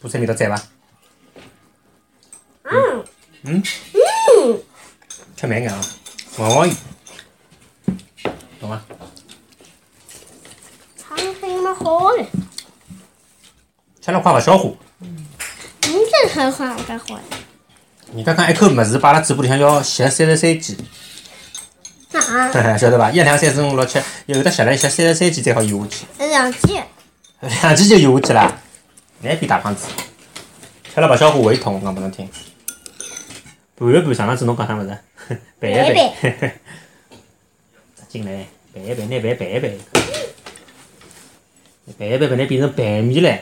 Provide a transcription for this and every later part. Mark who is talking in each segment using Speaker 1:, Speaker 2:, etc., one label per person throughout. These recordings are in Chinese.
Speaker 1: 不准备到赞伐？
Speaker 2: 嗯，
Speaker 1: 嗯，吃慢眼啊，晃晃伊，懂伐？
Speaker 2: 尝尝嘛好嘞，
Speaker 1: 吃了快勿消化。
Speaker 2: 你这还好干活嘞？
Speaker 1: 人家讲一口物事摆辣嘴巴里向要吸三十三记，
Speaker 2: 啊，
Speaker 1: 晓得伐？一两三四五六七，有的吸了吸三十三记才好咽下去。
Speaker 2: 两季，
Speaker 1: 两记就游下去啦，难比大胖子。吃了勿消化胃痛，我讲拨侬听。拌一拌，上浪子侬讲啥物事？ 拌一
Speaker 2: 拌一
Speaker 1: 拌， 进来，拌一拌，拿饭拌一拌，拌一拌，把它变成拌面唻，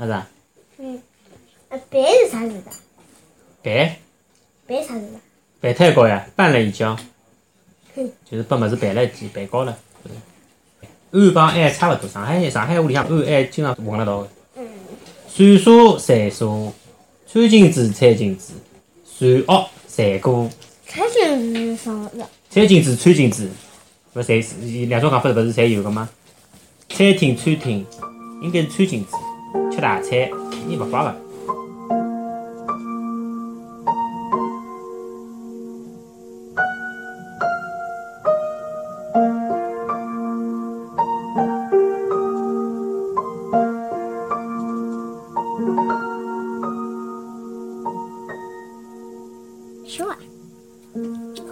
Speaker 1: 啊是啊，
Speaker 2: 嗯，呃白是啥子的？
Speaker 1: 拌
Speaker 2: 白啥子的？
Speaker 1: 拌太高呀，拌了已经
Speaker 2: 嘿，
Speaker 1: 就是把物事拌了一记，拌高了。就是安帮爱差勿多，上海上海话里向安爱经常混辣一道个。
Speaker 2: 嗯，
Speaker 1: 算沙散沙，穿金子穿金子，善恶善果，
Speaker 2: 开心是啥子？
Speaker 1: 穿金子穿金子，勿侪是两种讲法，勿是侪有个吗？餐厅餐厅应该是穿金子，吃大餐你勿怪伐？
Speaker 2: 笑啊！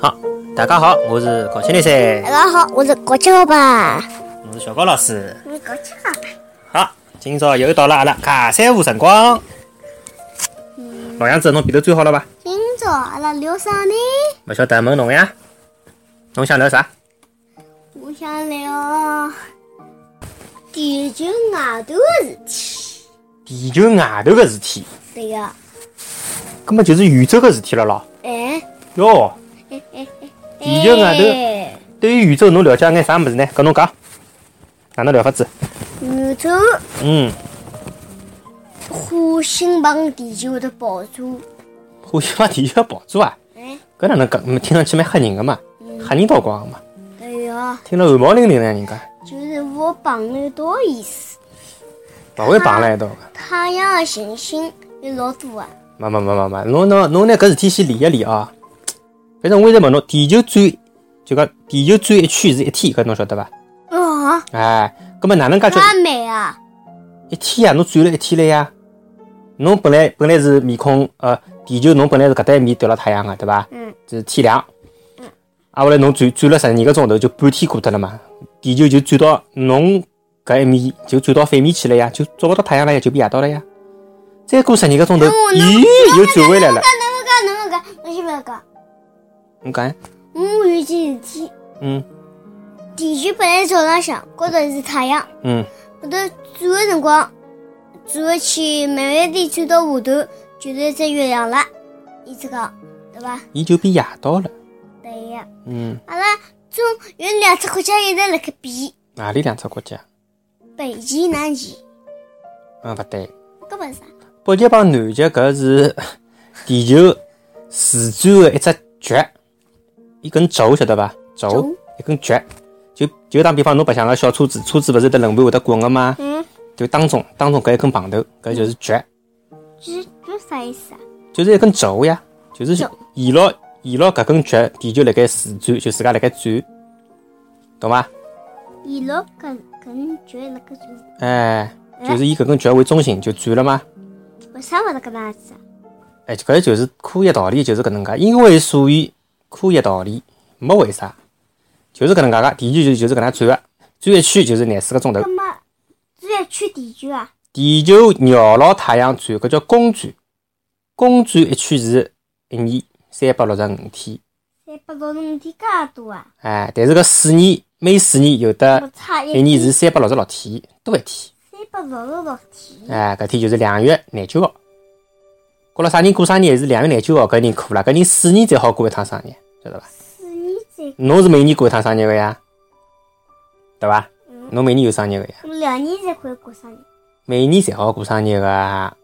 Speaker 1: 好，大家好，我是高青先生，
Speaker 2: 家好，我是国庆吧。
Speaker 1: 我是小高老师。
Speaker 2: 你国庆吧。
Speaker 1: 好，今朝又到了阿拉卡三胡辰光。老样子，侬皮头最好了伐？
Speaker 2: 今朝阿拉聊啥呢？
Speaker 1: 勿晓得问侬呀，侬想聊啥？
Speaker 2: 我想聊地球外头的事体。
Speaker 1: 地球外头个事体，
Speaker 2: 对个、
Speaker 1: 根本就是宇宙个事体了咯。
Speaker 2: 哎，
Speaker 1: 哟，
Speaker 2: 地
Speaker 1: 球外头对于宇宙侬了解眼啥物事呢？跟侬讲，哪能聊法子？
Speaker 2: 宇宙
Speaker 1: 嗯，
Speaker 2: 火星帮地球的宝珠。
Speaker 1: 火星帮地球要保住啊，
Speaker 2: 哎，
Speaker 1: 搿哪能讲？嗯听上去蛮吓人个嘛，吓人到光个嘛，
Speaker 2: 对个、
Speaker 1: 听了汗毛淋淋的人家，
Speaker 2: 哎就是我绑了多意思。
Speaker 1: 勿会碰辣一道个。
Speaker 2: 太阳的行星有老多啊，
Speaker 1: 没没没没没，侬侬侬拿搿事体先理一理啊。反正我现在问侬，地球转就讲地球转一圈是一天，搿侬晓得伐？
Speaker 2: 哦，
Speaker 1: 哎，搿么哪能介叫
Speaker 2: 太美啊！
Speaker 1: 一天呀，啊侬转了一天了呀。侬本来本来是面孔呃，地球侬本来是搿搭一面对牢太阳个、啊对伐？
Speaker 2: 嗯，
Speaker 1: 就是天亮。啊，后来侬转转了十二个钟头，就半天过脱了嘛。地球就转到侬搿一面，就转到反面去了呀，就找勿到太阳了呀，就变夜到了呀。再过十二个钟头，
Speaker 2: 哎我能
Speaker 1: 咦，又转回来了。
Speaker 2: 能能能能能，我先不要讲。
Speaker 1: 侬讲，
Speaker 2: 我有件事体，
Speaker 1: 嗯
Speaker 2: 地球本来早浪向高头是太阳，
Speaker 1: 嗯，
Speaker 2: 后头转的辰光，转去慢慢地转到下头，就是一只月亮了。伊这个对伐？
Speaker 1: 伊就变夜到了。
Speaker 2: 对呀。
Speaker 1: 嗯，
Speaker 2: 阿拉中有两只国家一直辣盖比，
Speaker 1: 哪里两只国家？
Speaker 2: 北极、南极，
Speaker 1: 嗯，勿对，
Speaker 2: 搿本是啥？
Speaker 1: 北极帮南极搿是 地球自转的一只轴，一根轴晓得伐？轴
Speaker 2: 轴，
Speaker 1: 一根轴，就就打比方，侬白相个小车子，车子勿是得轮盘会得滚个吗？
Speaker 2: 嗯，
Speaker 1: 就当中当中搿一根棒头，搿就是轴，
Speaker 2: 就是就是啥意思啊？
Speaker 1: 就是一根轴呀，就是
Speaker 2: 轴
Speaker 1: 沿牢沿牢搿根轴，地球辣盖自转，就自家辣盖转，懂伐？
Speaker 2: 伊拉搿搿就辣盖转，
Speaker 1: 哎，
Speaker 2: 嗯
Speaker 1: 就是以搿根轴为中心就转了吗？
Speaker 2: 为啥勿是搿能样子啊？
Speaker 1: 哎，搿就是科学道理，就是搿能介。因为所以科学道理，没为啥，就是搿能介个。地球就就是搿能转个，转一圈就是廿四个钟头
Speaker 2: 葛。末转一圈地球啊？
Speaker 1: 地球绕牢太阳转，搿叫公转。公转一圈是一年三百六十五天，
Speaker 2: 三百六十五天介多啊？
Speaker 1: 哎，但是搿四年每四年有的
Speaker 2: 勿差
Speaker 1: 一
Speaker 2: 一
Speaker 1: 年是三百六十六天，多一天。
Speaker 2: 三百六十六天。
Speaker 1: 哎，搿天就是两月廿九号。过了啥人过生日还是两月廿九号，搿人苦了，搿人四年才好过一趟生日，晓得伐？
Speaker 2: 四年再
Speaker 1: 侬是每年过一趟生日个呀，对伐？
Speaker 2: 嗯
Speaker 1: 侬每年有生日个呀，
Speaker 2: 我两年才可以过生日，
Speaker 1: 每年侪好过生日个。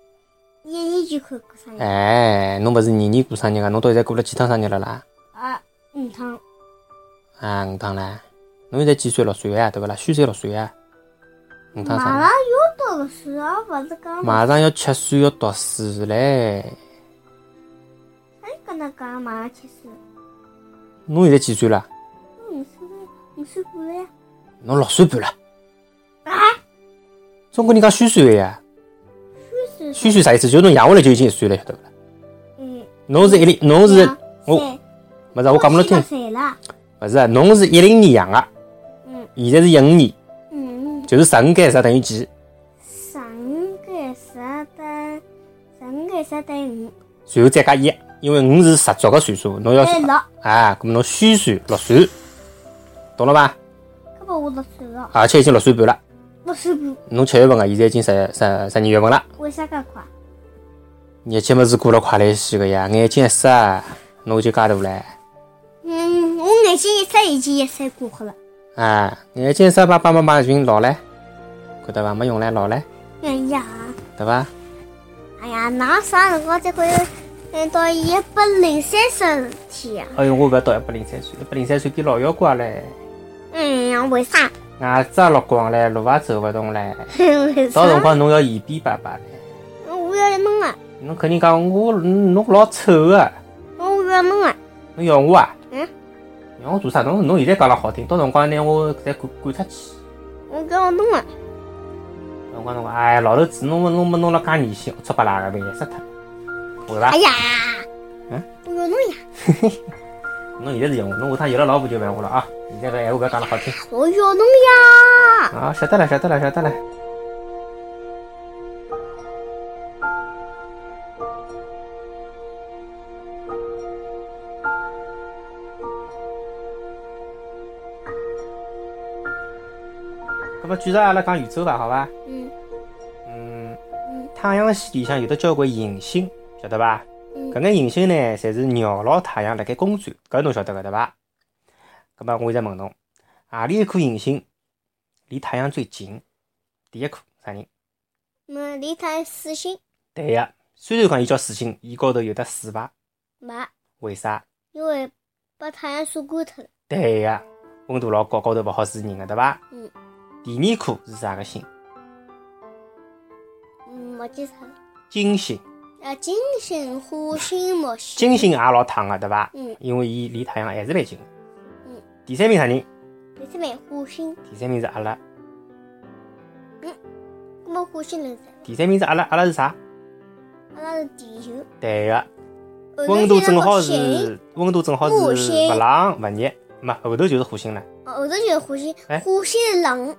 Speaker 2: 一年就可以过生日。
Speaker 1: 哎，侬勿是年年过生日个，啊侬到现在过了几趟生日了啦？
Speaker 2: 啊，五趟，
Speaker 1: 啊，啊五趟啦。侬现在几岁？六岁呀，对勿啦？虚岁六岁呀，五趟生
Speaker 2: 马
Speaker 1: 日
Speaker 2: 上。要到读书，我勿是讲
Speaker 1: 马上要吃素，要读书嘞。
Speaker 2: 啥人哎跟㑚讲马上去世？
Speaker 1: 侬现在几岁了？
Speaker 2: 我五岁了，五岁半了呀。
Speaker 1: 侬六岁半了。
Speaker 2: 啊？
Speaker 1: 中国人讲虚岁的呀，
Speaker 2: 虚岁？
Speaker 1: 虚岁啥意思？就是侬养下来就已经一岁了，晓得不啦？
Speaker 2: 嗯。
Speaker 1: 侬是一零，侬是
Speaker 2: 两
Speaker 1: 我，
Speaker 2: 三
Speaker 1: 没事，我讲不
Speaker 2: 我
Speaker 1: 侬听
Speaker 2: 七，十岁了。
Speaker 1: 不是，啊侬是一零年养的，
Speaker 2: 嗯
Speaker 1: 现在是一五年，
Speaker 2: 嗯，
Speaker 1: 就是十五减十等于几？
Speaker 2: 十五减十等，十五减十等于五，
Speaker 1: 随后再加一，因为五是十足的岁数，侬要
Speaker 2: 哎等于六。
Speaker 1: 啊，咁侬虚岁六岁，懂了伐？
Speaker 2: 搿么我六岁了，
Speaker 1: 而且已经六岁半了，
Speaker 2: 六岁半，
Speaker 1: 侬七月份个，啊现在已经十十十二月份了，
Speaker 2: 为啥介快？
Speaker 1: 日节么是过了快了一些个呀，眼睛一眨，侬就加大唻。
Speaker 2: 嗯，我眼睛一眨，已经一岁过去了，
Speaker 1: 啊，眼睛啥爸爸妈妈已经老了，觉得伐？没用了，老了，
Speaker 2: 哎呀。
Speaker 1: 对伐？
Speaker 2: 哎呀，哪啥辰光才可以嗯到一百零三十天啊？
Speaker 1: 哎哟，我勿要到一百零三岁，一百零三岁比老妖怪嘞，
Speaker 2: 哎呀，为啥？
Speaker 1: 牙齿也落光嘞，路也走勿动嘞，
Speaker 2: 为啥
Speaker 1: 到？辰光侬要嫌逼爸爸嘞，
Speaker 2: 我要弄啊！
Speaker 1: 侬肯定讲我侬老丑啊，
Speaker 2: 我要弄啊！
Speaker 1: 侬要我啊？
Speaker 2: 嗯，
Speaker 1: 要我做啥？侬侬现在讲了好听，到辰光拿我再赶赶出去。
Speaker 2: 我给我弄啊！
Speaker 1: 到辰光侬讲，哎，老头子，侬侬没弄了介迷信，出八拉个呗，烦死脱，是伐
Speaker 2: 哎？呀，
Speaker 1: 啊嗯
Speaker 2: 我要弄呀！
Speaker 1: 侬现在是用我，侬下趟有了老婆就勿用我了啊！现在搿闲话勿要讲了好听。
Speaker 2: 我要弄呀！
Speaker 1: 啊，晓得了，晓得了，晓得了。那么继续啊阿拉讲宇宙伐，好伐？
Speaker 2: 嗯
Speaker 1: 嗯
Speaker 2: 嗯，
Speaker 1: 太阳系里向有得交关行星，晓得伐？
Speaker 2: 嗯
Speaker 1: 搿眼行星呢，侪是绕牢太阳辣盖公转，搿侬晓得个对伐？搿么我现在问侬，何里一颗行星离太阳最近？第一颗啥人？
Speaker 2: 那离开四星
Speaker 1: 对个，虽然讲伊叫水星，伊高头有得水排，
Speaker 2: 没，
Speaker 1: 为啥？
Speaker 2: 因为把太阳晒干脱了。
Speaker 1: 对个，温度老高，高头勿好住人个对伐？
Speaker 2: 嗯。
Speaker 1: 第二颗是啥个星？
Speaker 2: 嗯，忘记啥了。
Speaker 1: 金星，
Speaker 2: 啊，金星、火星、木星。
Speaker 1: 金星也老烫个对伐？
Speaker 2: 嗯，
Speaker 1: 因为伊离太阳还是蛮近的。
Speaker 2: 嗯。
Speaker 1: 第三名啥人？
Speaker 2: 别这没火星，
Speaker 1: 第三名是阿拉，
Speaker 2: 那么火星能啥？
Speaker 1: 第三名是阿拉，阿拉是啥？
Speaker 2: 阿拉是地球。
Speaker 1: 对个、
Speaker 2: 后头
Speaker 1: 温度
Speaker 2: 就是
Speaker 1: 正好
Speaker 2: 火星
Speaker 1: 是温度正好
Speaker 2: 木
Speaker 1: 是
Speaker 2: 星
Speaker 1: 勿冷勿热，没后头就是火星了，
Speaker 2: 哦，后头就是火星
Speaker 1: 哎，
Speaker 2: 火星是冷，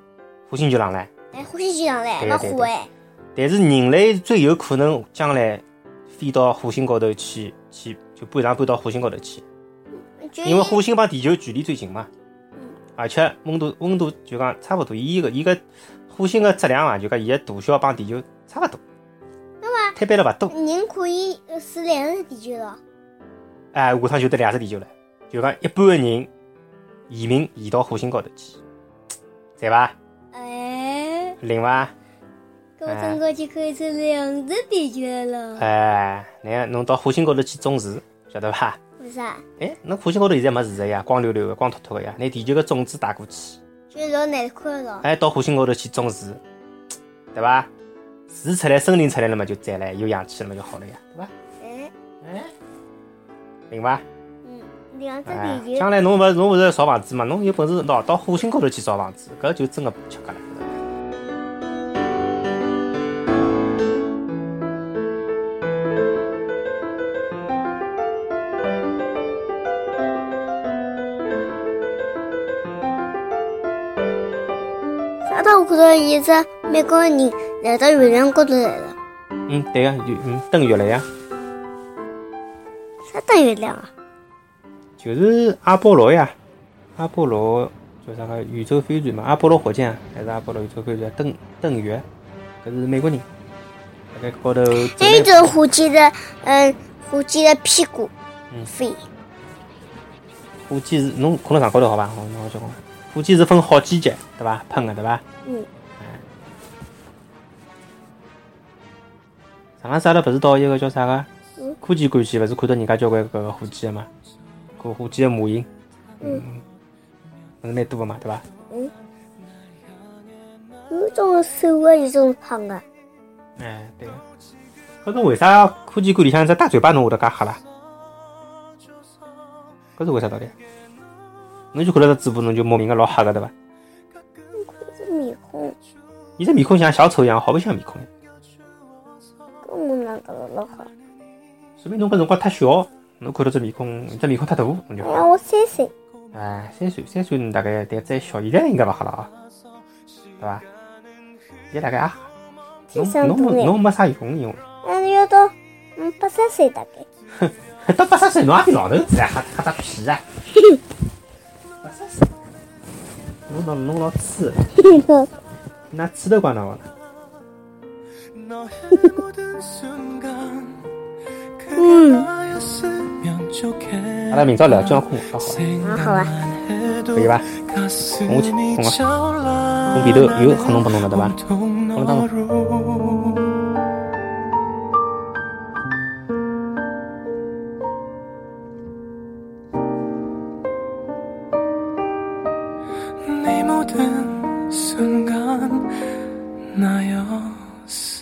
Speaker 1: 火星就冷了。
Speaker 2: 哎，火星就冷嘞，
Speaker 1: 对
Speaker 2: 没
Speaker 1: 对
Speaker 2: 火
Speaker 1: 对
Speaker 2: 哎，
Speaker 1: 但是人类最有可能将来飞到火星高头去，去就搬上搬到火星高头去，
Speaker 2: 就
Speaker 1: 因为火星帮地球距离最近嘛
Speaker 2: 嗯，
Speaker 1: 而且温度温度就讲差不多，伊个伊个火星个质量啊，就讲伊个大小帮地球差不多，那么推背了勿多，
Speaker 2: 人可以呃住两个地球了，
Speaker 1: 哎，下趟就得两只地球了，就讲一半个人移民移到火星高头去，对伐？
Speaker 2: 哎，
Speaker 1: 灵伐？
Speaker 2: 搿么中国就可以住两个地球了，
Speaker 1: 哎，那侬到火星高头去种树，晓得伐？
Speaker 2: 为啥？
Speaker 1: 哎，侬火星高头现在没树个呀，光溜溜个，光秃秃个呀。拿地球个种子带过去，
Speaker 2: 就老难看了，
Speaker 1: 哎，到火星高头去种树，对伐？树出来，森林出来了嘛，就栽了，有氧气了嘛，就好了呀，对伐？
Speaker 2: 哎，
Speaker 1: 哎，明白？
Speaker 2: 嗯，两个
Speaker 1: 哎，
Speaker 2: 地球
Speaker 1: 将，来侬勿是侬勿是要造房子嘛？侬有本事到到火星高头去造房子，搿就真个吃亏了。晓得伐
Speaker 2: 啥到我看到一只美国的人来到月亮高头来了，
Speaker 1: 嗯，对呀、就嗯登月了呀，
Speaker 2: 啥到月亮啊？
Speaker 1: 就是阿波罗呀，阿波罗叫啥个宇宙飞船嘛？阿波罗火箭啊还是阿波罗宇宙飞船？啊邓邓宇，搿是美国人，辣盖高头走来。
Speaker 2: 还有一种火箭的，嗯，火箭的屁股
Speaker 1: 嗯
Speaker 2: 飞，
Speaker 1: 火箭是侬看了上高头好伐？我侬我叫讲，火箭是分好几节对伐？喷个对伐？
Speaker 2: 嗯，
Speaker 1: 上趟子阿拉勿是到一个叫啥个
Speaker 2: 嗯
Speaker 1: 科技馆去，勿是看到人家交关搿个火箭个嘛？搿火箭个模型，
Speaker 2: 嗯
Speaker 1: 嗯，勿是蛮多个嘛，对伐？
Speaker 2: 嗯，有种瘦的，有种啊胖的。
Speaker 1: 哎，对。搿是为啥科技馆里向只大嘴巴侬会得介吓啦？搿是为啥道理？侬就看到只嘴巴，侬就莫名个老吓个对伐？
Speaker 2: 是面孔，
Speaker 1: 伊只面孔像小丑一样，好白相面孔。
Speaker 2: 搿我哪能觉着老好？
Speaker 1: 说明侬搿辰光太小，侬看到只面孔，只面孔太大，侬就
Speaker 2: 哎呀，我三岁，
Speaker 1: 哎，三岁，三岁侬大概但再小，现在应该勿吓了啊，对伐？现在大概啊，
Speaker 2: 再
Speaker 1: 侬
Speaker 2: 想
Speaker 1: 侬
Speaker 2: 多
Speaker 1: 没
Speaker 2: 眼，
Speaker 1: 侬没啥用，因为。
Speaker 2: 哎，要到嗯八三岁大概。
Speaker 1: 到八十岁侬也是老头子啊，吓吓只屁啊！八十岁， 侬老侬老痴，那痴头啊怪哪样呢？
Speaker 3: 너의 모든 순간 그게
Speaker 2: 嗯
Speaker 3: 나였으면
Speaker 1: 阿拉
Speaker 3: 좋겠어
Speaker 1: 明朝聊交关好好，
Speaker 3: 생각만 해도
Speaker 1: 可以吧？
Speaker 3: 가슴이
Speaker 1: 공원.
Speaker 3: 절라
Speaker 1: 侬别头又黑侬白侬了对伐？
Speaker 3: 온통
Speaker 1: 그럼 다음.
Speaker 3: 너로 네 모든 순간 나였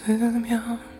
Speaker 3: 으면